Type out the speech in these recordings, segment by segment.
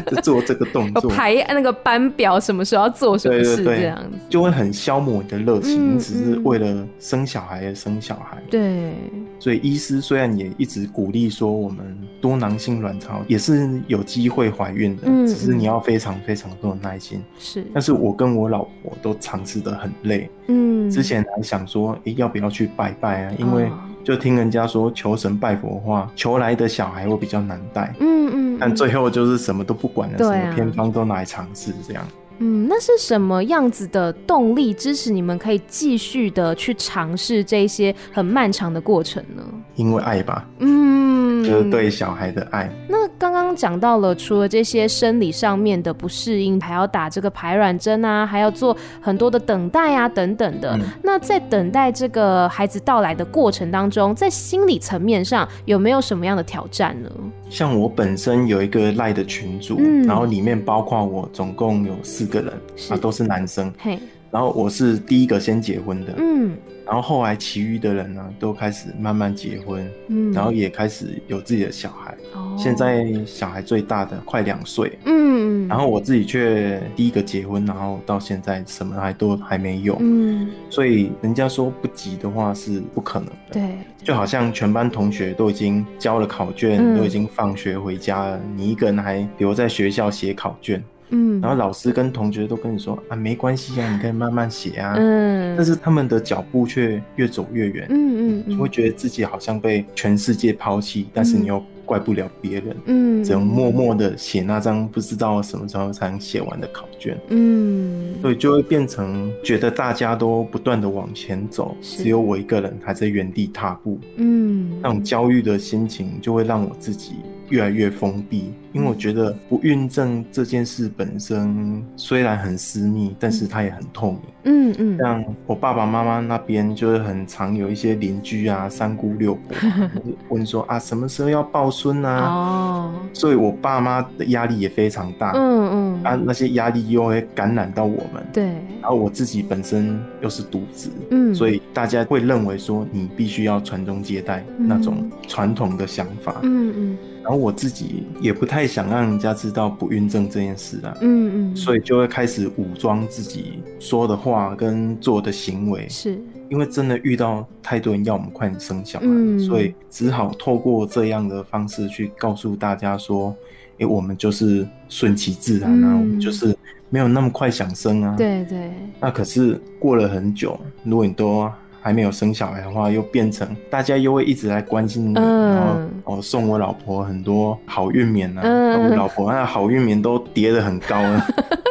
在做这个动有作，排那个班表，什么时候要做什么对对事对这样子。就会很消磨你的热情，嗯你只是嗯为了生小孩而生小孩。对，所以医师虽然也一直鼓励说，我们多囊性卵巢也是有机会怀孕的，嗯只是你嗯要非常非常多的耐心。是，但是我跟我老婆都尝试的很累，嗯，之前还想说，诶、要不要去拜拜啊？因为哦就听人家说求神拜佛的话，求来的小孩会比较难带。嗯，嗯嗯，但最后就是什么都不管了，对什啊么偏方都拿来尝试，这样。嗯，那是什么样子的动力支持你们可以继续的去尝试这一些很漫长的过程呢？因为爱吧，嗯，嗯就是呃对小孩的爱。那刚刚讲到了，除了这些生理上面的不适应，还要打这个排卵针啊，还要做很多的等待啊，等等的。嗯那在等待这个孩子到来的过程当中，在心理层面上有没有什么样的挑战呢？像我本身有一个赖的群组，嗯然后里面包括我，总共有四个人是啊，都是男生。嘿，然后我是第一个先结婚的，嗯然后后来其余的人呢，都开始慢慢结婚，嗯，然后也开始有自己的小孩。哦现在小孩最大的快两岁，嗯，然后我自己却第一个结婚，然后到现在什么还都还没有，嗯，所以人家说不急的话是不可能的。对，就好像全班同学都已经交了考卷，嗯都已经放学回家了，你一个人还留在学校写考卷，嗯，然后老师跟同学都跟你说啊，没关系啊，你可以慢慢写啊。嗯，但是他们的脚步却越走越远，嗯嗯嗯，就会觉得自己好像被全世界抛弃，但是你又怪不了别人，嗯，只能默默的写那张不知道什么时候才能写完的考卷。嗯，所以就会变成觉得大家都不断的往前走，是只有我一个人还在原地踏步。嗯，那种焦虑的心情就会让我自己越来越封闭，因为我觉得不孕症这件事本身虽然很私密，但是它也很透明。嗯嗯，像我爸爸妈妈那边，就是很常有一些邻居啊、三姑六婆 啊就是问说啊，什么时候要抱孙啊？哦，所以我爸妈的压力也非常大，嗯嗯，啊，那些压力又会感染到我们。对，然后我自己本身又是独子，嗯，所以大家会认为说你必须要传宗接代嗯那种传统的想法。嗯，然后我自己也不太想让人家知道不孕症这件事啊嗯，嗯嗯，所以以就会开始武装自己说的话跟做的行为，是，因为真的遇到太多人要我们快点生小孩，嗯所以只好透过这样的方式去告诉大家说，诶，我们就是顺其自然啊，嗯我们就是没有那么快想生啊，对对，那可是过了很久，如果你都还没有生小孩的话，又变成大家又会一直来关心你，嗯然后哦送我老婆很多好运棉啊，嗯那我老婆那好运棉都叠得很高啊了，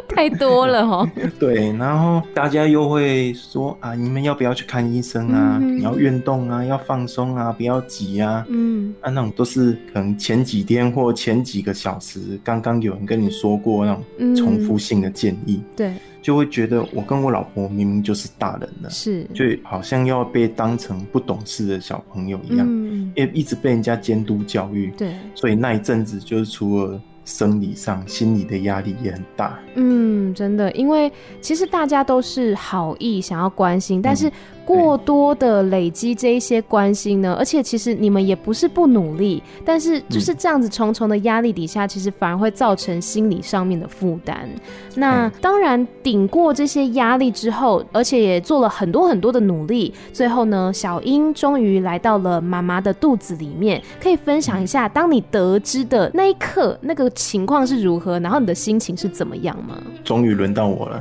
太多了 哦，对，然后大家又会说啊，你们要不要去看医生啊？嗯你要运动啊，要放松啊，不要急啊。嗯啊，那种都是可能前几天或前几个小时，刚刚有人跟你说过那嗯种重复性的建议，对，就会觉得我跟我老婆明明就是大人了，是，就好像要被当成不懂事的小朋友一样，嗯，也一直被人家监督教育。对，所以那一阵子就是除了生理上，心理的压力也很大。嗯，真的，因为其实大家都是好意想要关心，但嗯是过多的累积这一些关心呢，而且其实你们也不是不努力，但是就是这样子重重的压力底下，其实反而会造成心理上面的负担。那嗯当然，顶过这些压力之后，而且也做了很多很多的努力，最后呢，小英终于来到了妈妈的肚子里面。可以分享一下，当你得知的那一刻，那个情况是如何，然后你的心情是怎么样吗？终于轮到 我了，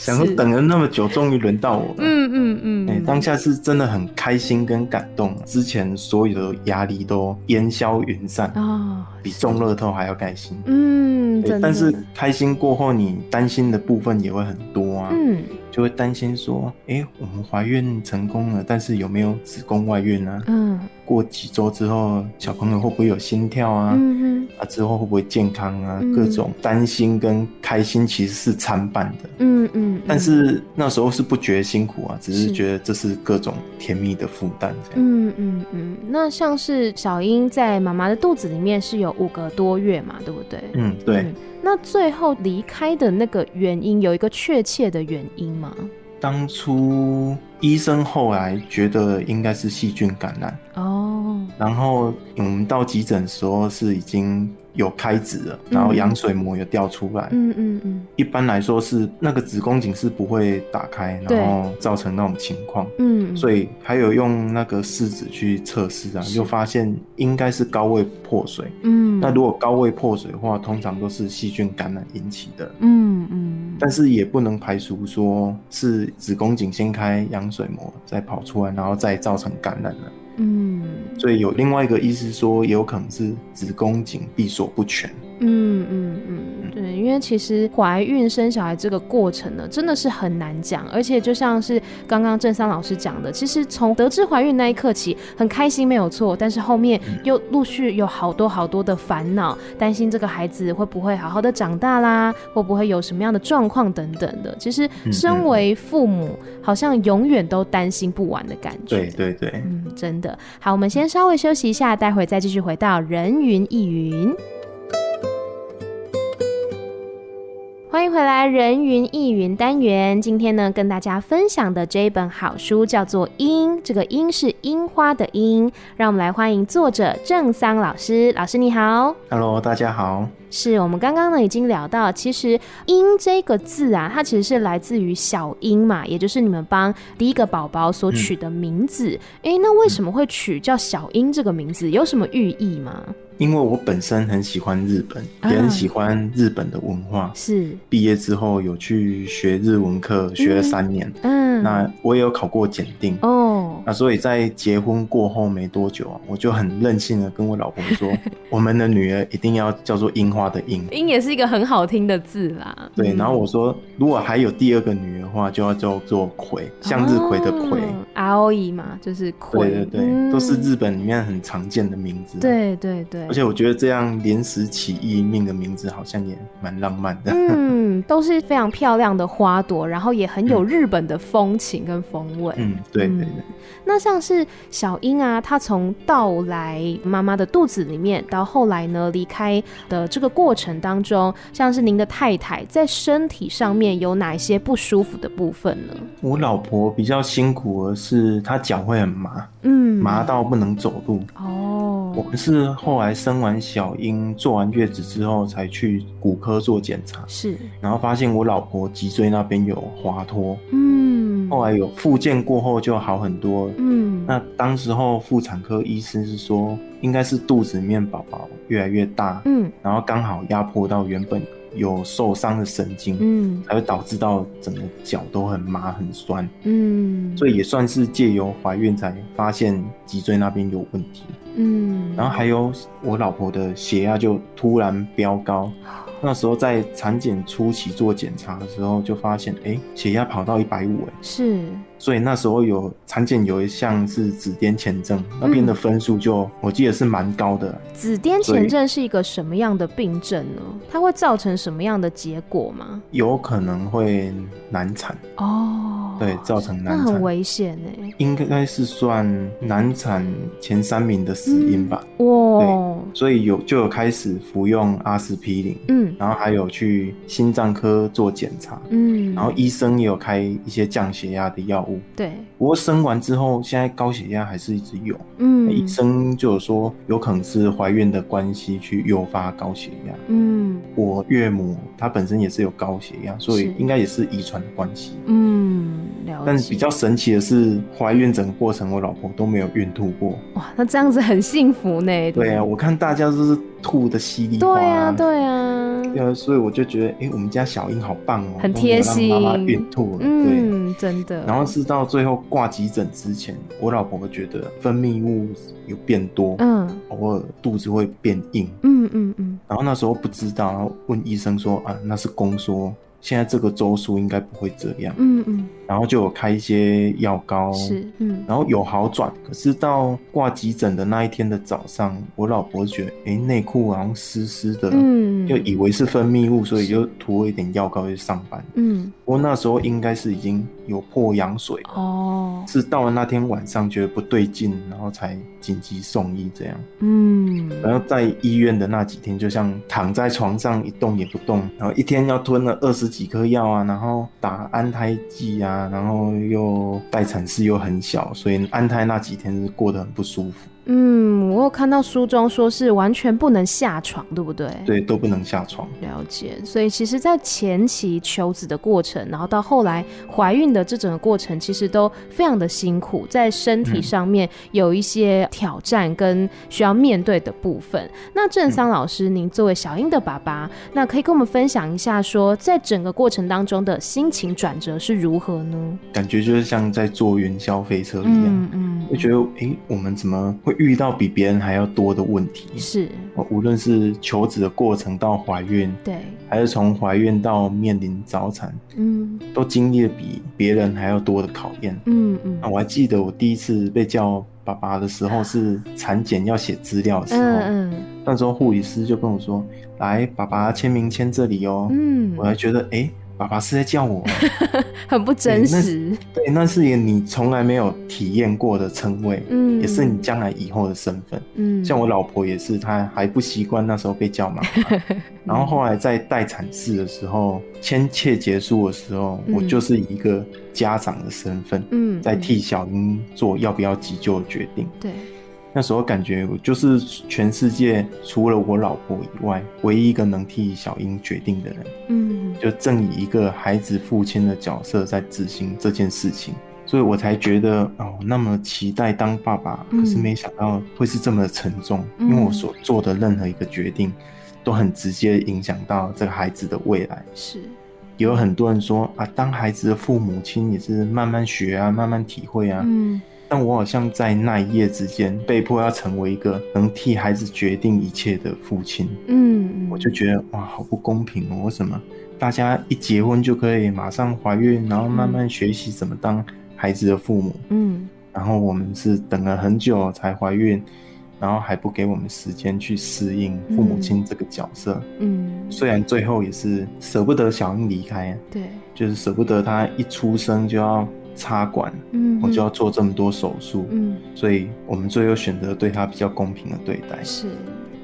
想说等了那么久，终于轮到我了。嗯嗯哎嗯，当下是真的很开心跟感动，之前所有的压力都烟消云散，哦，比中乐透还要开心。嗯，对真的，但是开心过后，你担心的部分也会很多啊。嗯就会担心说，诶，我们怀孕成功了，但是有没有子宫外孕啊？嗯过几周之后，小朋友会不会有心跳啊？嗯啊，之后会不会健康啊？嗯各种担心跟开心其实是参半的。嗯嗯，但是那时候是不觉得辛苦啊，只是是觉得这是各种甜蜜的负担这样。嗯嗯嗯，那像是小英在妈妈的肚子里面是有五个多月嘛，对不对？嗯，对。嗯那最后离开的那个原因有一个确切的原因吗？当初医生后来觉得应该是细菌感染，哦，然后我们到急诊的时候是已经有开指了，然后嗯羊水膜有掉出来。嗯嗯嗯一般来说是那个子宫颈是不会打开，对然后造成那种情况。嗯，所以以还有用那个试纸去测试啊，是就发现应该是高位破水。嗯，那如果高位破水的话，通常都是细菌感染引起的，嗯嗯，但是也不能排除说是子宫颈先开羊水膜，再跑出来，然后再造成感染了。嗯所以有另外一个意思说，也有可能是子宫颈闭锁不全。嗯嗯嗯，对，因因为其实怀孕生小孩这个过程呢，真的是很难讲，而且就像是刚刚郑桑老师讲的，其实从得知怀孕那一刻起，很开心没有错，但是后面嗯又陆续有好多好多的烦恼，担心这个孩子会不会好好的长大啦，会不会有什么样的状况等等的。其实嗯身为父母，好像永远都担心不完的感觉。对对对，嗯，真的。好，我们先稍微休息一下，待会再继续回到人云亦云。欢迎回来，人云亦云单元。今天呢，跟大家分享的这一本好书叫做《樱》，这个“樱”是樱花的“樱”。让我们来欢迎作者郑桑老师。老师你好。 ，Hello，大家好，是我们刚刚呢已经聊到，其实“鹰”这个字啊，它其实是来自于小鹰嘛，也就是你们帮第一个宝宝所取的名字。诶，那为什么会取叫小鹰这个名字？有什么寓意吗？因为我本身很喜欢日本，啊也很喜欢日本的文化。是，毕业之后有去学日文课，学了三年。嗯，那我也有考过检定。哦，那所以在结婚过后没多久啊，我就很任性的跟我老婆 说，我们的女儿一定要叫做樱花的樱。鹰也是一个很好听的字啦。对，嗯然后我说，如果还有第二个女儿的话，就要叫做葵，向日葵的葵。哦，aoi 嘛，就是哦葵，对对对，嗯都是日本里面很常见的名字。，啊对对对，而且我觉得这样临时起意命的名字好像也蛮浪漫的。嗯，都是非常漂亮的花朵，然后也很有日本的风情跟风味。嗯，对对嗯对，那像是小英啊，她从到来妈妈的肚子里面，到后来呢离开的这个过程当中，像是您的太太在身体上面有哪一些不舒服的部分呢？我老婆比较辛苦的是她脚会很麻，嗯，麻到不能走路。我哦，们是后来生完小婴，做完月子之后才去骨科做检查，是，然后发现我老婆脊椎那边有滑脱，嗯，后来有复健过后就好很多。嗯，那当时候妇产科医师是说，应该是肚子里面宝宝越来越大，嗯然后刚好压迫到原本有受伤的神经，嗯才会导致到整个脚都很麻很酸，嗯，所以以也算是借由怀孕才发现脊椎那边有问题。嗯，然后还有我老婆的血压就突然飙高，那时候在产检初期做检查的时候就发现，哎、血压跑到一百五，哎，是，所以那时候有产检有一项是紫癜前症，那边嗯的分数就、我记得是蛮高的，紫癜所以前症是一个什么样的病症呢？它会造成什么样的结果吗？有可能会难产，哦，对，造成那难很产。危险欸呢。应该是算难产前三名的死因吧，嗯哇，所以有就有开始服用阿司匹林，嗯然后还有去心脏科做检查，嗯，然后医生也有开一些降血压的药物。对，不过生完之后，现在高血压还是一直有。医嗯生就有说，有可能是怀孕的关系去诱发高血压。嗯我岳母她本身也是有高血压，所是以应该也是遗传的关系。嗯，了解。但比较神奇的是，怀孕整个过程我老婆都没有孕吐过。哇，那这样子很幸福呢。对啊，我看大家都是吐的稀里哗对啊啦。对啊，对啊，所以我就觉得，哎、我们家小英好棒哦，很贴心都没有让妈妈孕吐了。对。嗯，真的。然后是到最后挂急诊之前，我老婆觉得分泌物有变多，嗯偶尔肚子会变硬。嗯嗯嗯，然后那时候不知道，然后问医生说啊，那是宫缩，现在这个周数应该不会这样。嗯嗯然后就有开一些药膏，是，嗯哦然后有好转。可是到挂急诊的那一天的早上，我老婆觉得诶内裤好像湿湿的，嗯，就以为是分泌物，所以就涂了一点药膏就上班。嗯不过那时候应该是已经有破羊水了。哦，是到了那天晚上觉得不对劲，然后才紧急送医这样。嗯然后在医院的那几天，就像躺在床上一动也不动，然后一天要吞了二十几颗药啊，然后打安胎剂啊，然后又待产室又很小，所以安胎那几天是过得很不舒服，嗯，我有看到书中说是完全不能下床，对不对？对对，都不能下床。了解，所以其实，在前期求子的过程，然后到后来怀孕的这整个过程，其实都非常的辛苦，在身体嗯上面有一些挑战跟需要面对的部分。那郑桑老师，您作为小英的爸爸，那可以跟我们分享一下说，在整个过程当中的心情转折是如何呢？感觉就是像在坐云霄飞车一样。嗯嗯会觉得，诶，我们怎么会遇到比别别人还要多的问题。是，哦无论是求子的过程到怀孕，对，还是从怀孕到面临早产，嗯都经历了比别人还要多的考验。啊嗯嗯那我还记得我第一次被叫爸爸的时候，是产检要写资料的时候，嗯那时候护理师就跟我说：“来，爸爸签名签这里哦。嗯我还觉得，哎、爸爸是在叫我。哦嗯，很不真实， 对，那是一个你从来没有体验过的称谓，嗯，也是你将来以后的身份。嗯，像我老婆也是，她还不习惯那时候被 叫妈妈。然后后来在待产室的时候，签切结束的时候，嗯我就是以一个家长的身份，嗯在替小英做要不要急救的决定。对，那时候感觉我就是全世界除了我老婆以外，唯一一个能替小英决定的人。嗯就正以一个孩子父亲的角色在执行这件事情，所以我才觉得哦，那么期待当爸爸，嗯可是没想到会是这么沉重，嗯因为我所做的任何一个决定，都很直接影响到这个孩子的未来。是，也有很多人说啊，当孩子的父母亲也是慢慢学啊，慢慢体会啊，嗯但我好像在那一夜之间被迫要成为一个能替孩子决定一切的父亲。嗯，我就觉得哇，好不公平哦！为什么大家一结婚就可以马上怀孕，然后慢慢学习怎么当孩子的父母，嗯然后我们是等了很久才怀孕，然后还不给我们时间去适应父母亲这个角色。嗯，虽然最后也是舍不得小英离开，对，就是舍不得她一出生就要插管，嗯，我就要做这么多手术，嗯。所以我们最后选择对她比较公平的对待。是，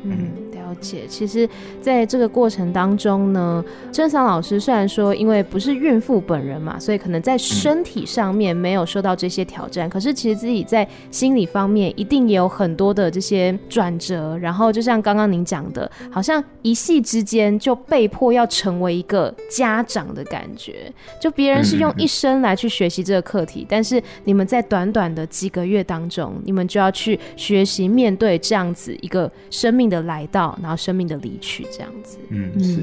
嗯，了解。其实，在这个过程当中呢，郑桑老师虽然说因为不是孕妇本人嘛，所以可能嗯在身体上面没有受到这些挑战，可是其实自己在心理方面一定也有很多的这些转折。然后，就像刚刚您讲的，好像一夕之间就被迫要成为一个家长的感觉。就别人嗯是用一生来去学习这个课题，但是你们在短短的几个月当中，你们就要去学习面对这样子一个生命的来到，然后生命的离去，这样子。嗯，嗯是。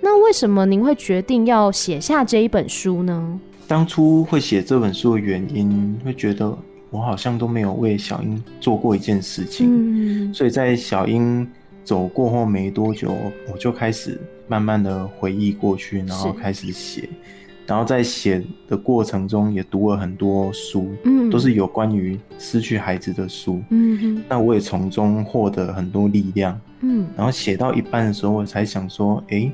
那为什么您会决定要写下这一本书呢？当初会写这本书的原因，会觉得我好像都没有为小英做过一件事情，嗯所以在小英走过后没多久，我就开始慢慢的回忆过去，然后开始写，然后在写的过程中也读了很多书，嗯都是有关于失去孩子的书。嗯哼那我也从中获得很多力量，嗯然后写到一半的时候，我才想说，诶，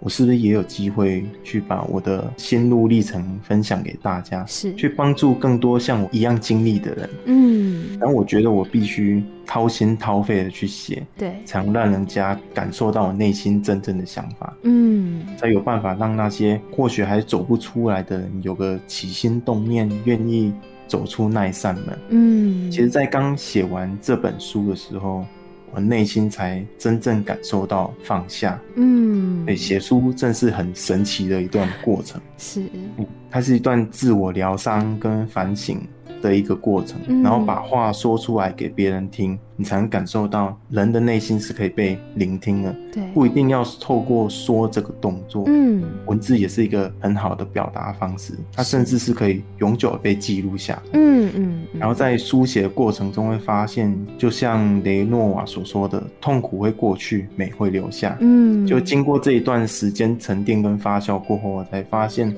我是不是也有机会去把我的心路历程分享给大家，是去帮助更多像我一样经历的人？嗯然后我觉得我必须掏心掏肺的去写，对才能让人家感受到我内心真正的想法，嗯才有办法让那些或许还走不出来的人有个起心动念，愿意走出那一扇门。嗯其实，在刚写完这本书的时候，我内心才真正感受到放下。嗯对，写书正是很神奇的一段过程，是它是一段自我疗伤跟反省的一个过程，嗯然后把话说出来给别人听，你才能感受到人的内心是可以被聆听的，对不一定要透过说这个动作。嗯文字也是一个很好的表达方式，它甚至是可以永久地被记录下来。嗯嗯嗯然后在书写的过程中会发现，就像雷诺瓦所说的，痛苦会过去，美会留下。嗯就经过这一段时间沉淀跟发酵过后，我才发现，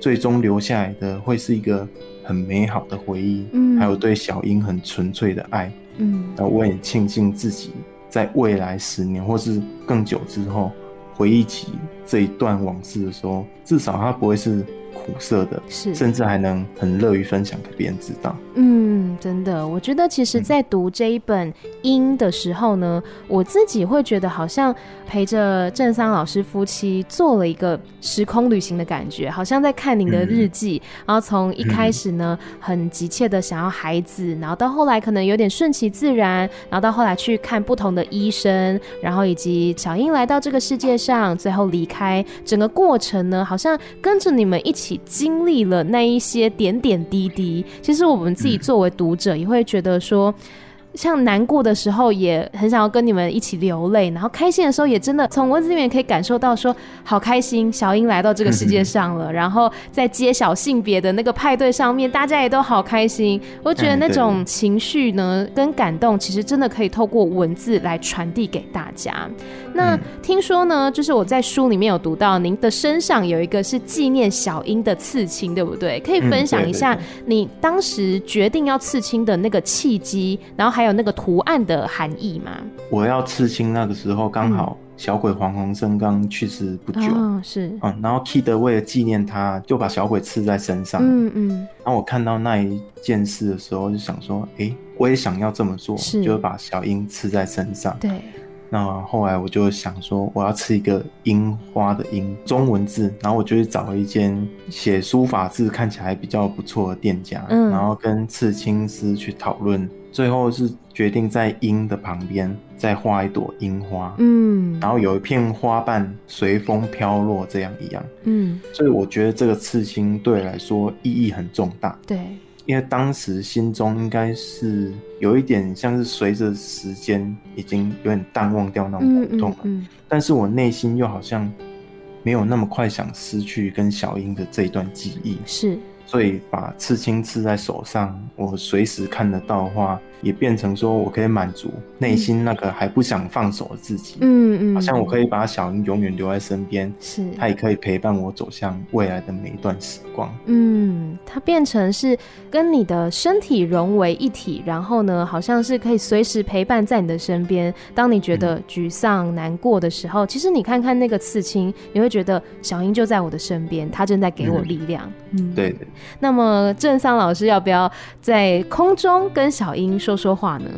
最终留下来的会是一个很美好的回忆，嗯还有对小英很纯粹的爱。嗯那我很庆幸自己在未来十年或是更久之后，回忆起这一段往事的时候，至少它不会是苦涩的，是甚至还能很乐于分享给别人知道。嗯，真的，我觉得其实，在读这一本《音》的时候呢，我自己会觉得好像陪着郑桑老师夫妻做了一个时空旅行的感觉，好像在看您的日记，然后从一开始呢，很急切的想要孩子，然后到后来可能有点顺其自然，然后到后来去看不同的医生，然后以及小英来到这个世界上，最后离开，整个过程呢，好像跟着你们一起经历了那一些点点滴滴。其实我们自己作为读者也会觉得说。像难过的时候也很想要跟你们一起流泪，然后开心的时候也真的从文字里面可以感受到说好开心，小英来到这个世界上了。然后在揭晓性别的那个派对上面，大家也都好开心。我觉得嗯那对种情绪呢跟感动，其实真的可以透过文字来传递给大家。那、嗯听说呢，就是我在书里面有读到，您的身上有一个是纪念小英的刺青，对不对？可以嗯分享对一对下对你当时决定要刺青的那个契机，然后还有那个图案的含义吗？我要刺青那个时候刚好小鬼黄鸿升刚去世不久，哦，是，嗯，然后 Kid 为了纪念他，就把小鬼刺在身上。嗯嗯，当我看到那一件事的时候，就想说，诶，我也想要这么做，是就是把小樱刺在身上。对，那后来我就想说，我要刺一个樱花的樱，中文字。然后我就去找了一间写书法字看起来比较不错的店家，嗯然后跟刺青师去讨论，最后是决定在樱的旁边再画一朵樱花。嗯，然后有一片花瓣随风飘落，这样一样，嗯，所以我觉得这个刺青对我来说意义很重大，对，因为当时心中应该是有一点像是随着时间已经有点淡忘掉那种嗯苦嗯痛了，嗯，但是我内心又好像没有那么快想失去跟小英的这一段记忆，是，所以把刺青刺在手上，我随时看得到的话，也变成说我可以满足内心那个还不想放手的自己，嗯嗯，好像我可以以把小英永远留在身边，是，她也可以陪伴我走向未来的每一段时光。嗯，它变成是跟你的身体融为一体，然后呢，好像是可以随时陪伴在你的身边。当你觉嗯得沮丧、难过的时候，其实你看看那个刺青，你会觉得小英就在我的身边，她正在给我嗯力量。嗯，对。对，那么郑桑老师要不要在空中跟小英说说话呢？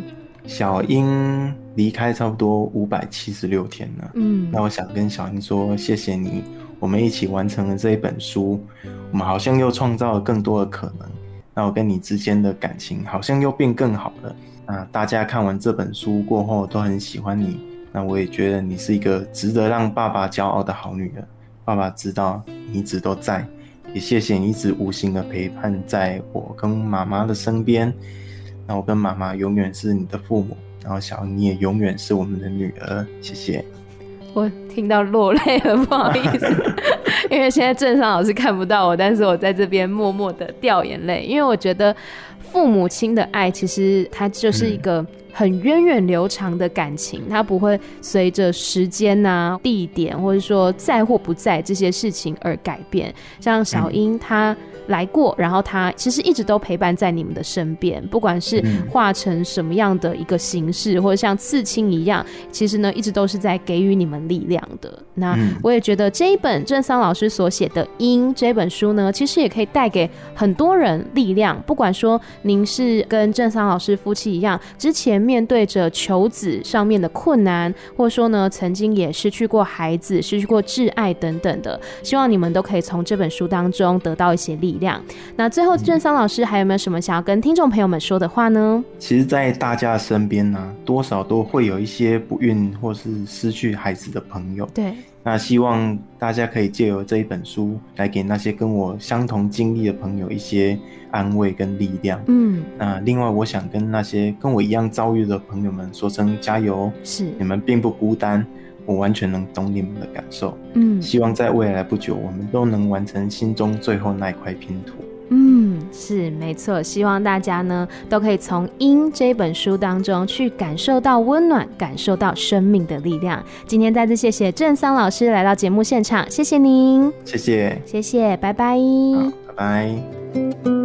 小英离开差不多五百七十六天了，嗯那我想跟小英说，谢谢你，我们一起完成了这一本书，我们好像又创造了更多的可能。那我跟你之间的感情好像又变更好了。那大家看完这本书过后都很喜欢你，那我也觉得你是一个值得让爸爸骄傲的好女人。爸爸知道你一直都在，也谢谢你一直无形的陪伴在我跟妈妈的身边。那我跟妈妈永远是你的父母，然后小英你也永远是我们的女儿。谢谢。我听到落泪了，不好意思， 因为现在郑尚老师看不到我，但是我在这边默默的掉眼泪，因为我觉得父母亲的爱其实它就是一个很源远流长的感情，它不会随着时间呐、地点或者说在或不在这些事情而改变。像小英她来过，然后她其实一直都陪伴在你们的身边，不管是嗯化成什么样的一个形式，或者像刺青一样，其实呢一直都是在给予你们力量的。那嗯我也觉得这一本郑桑老师所写的《因》这本书呢，其实也可以带给很多人力量。不管说您是跟郑桑老师夫妻一样，之前面对着求子上面的困难，或者说呢曾经也失去过孩子、失去过挚爱等等的，希望你们都可以从这本书当中得到一些力量。那最后，郑桑老师还有没有什么想要跟听众朋友们说的话呢？其实，在大家的身边呢、多少都会有一些不孕或是失去孩子的朋友。对，那希望大家可以借由这一本书，来给那些跟我相同经历的朋友一些安慰跟力量。嗯，那另外，我想跟那些跟我一样遭遇的朋友们说声加油，哦是，你们并不孤单，我完全能懂你们的感受。嗯希望在未来不久，我们都能完成心中最后那一块拼图。嗯，是没错。希望大家呢都可以从《因》这本书当中去感受到温暖，感受到生命的力量。今天再次谢谢郑桑老师来到节目现场，谢谢您，谢谢，谢谢，拜拜。好，拜拜。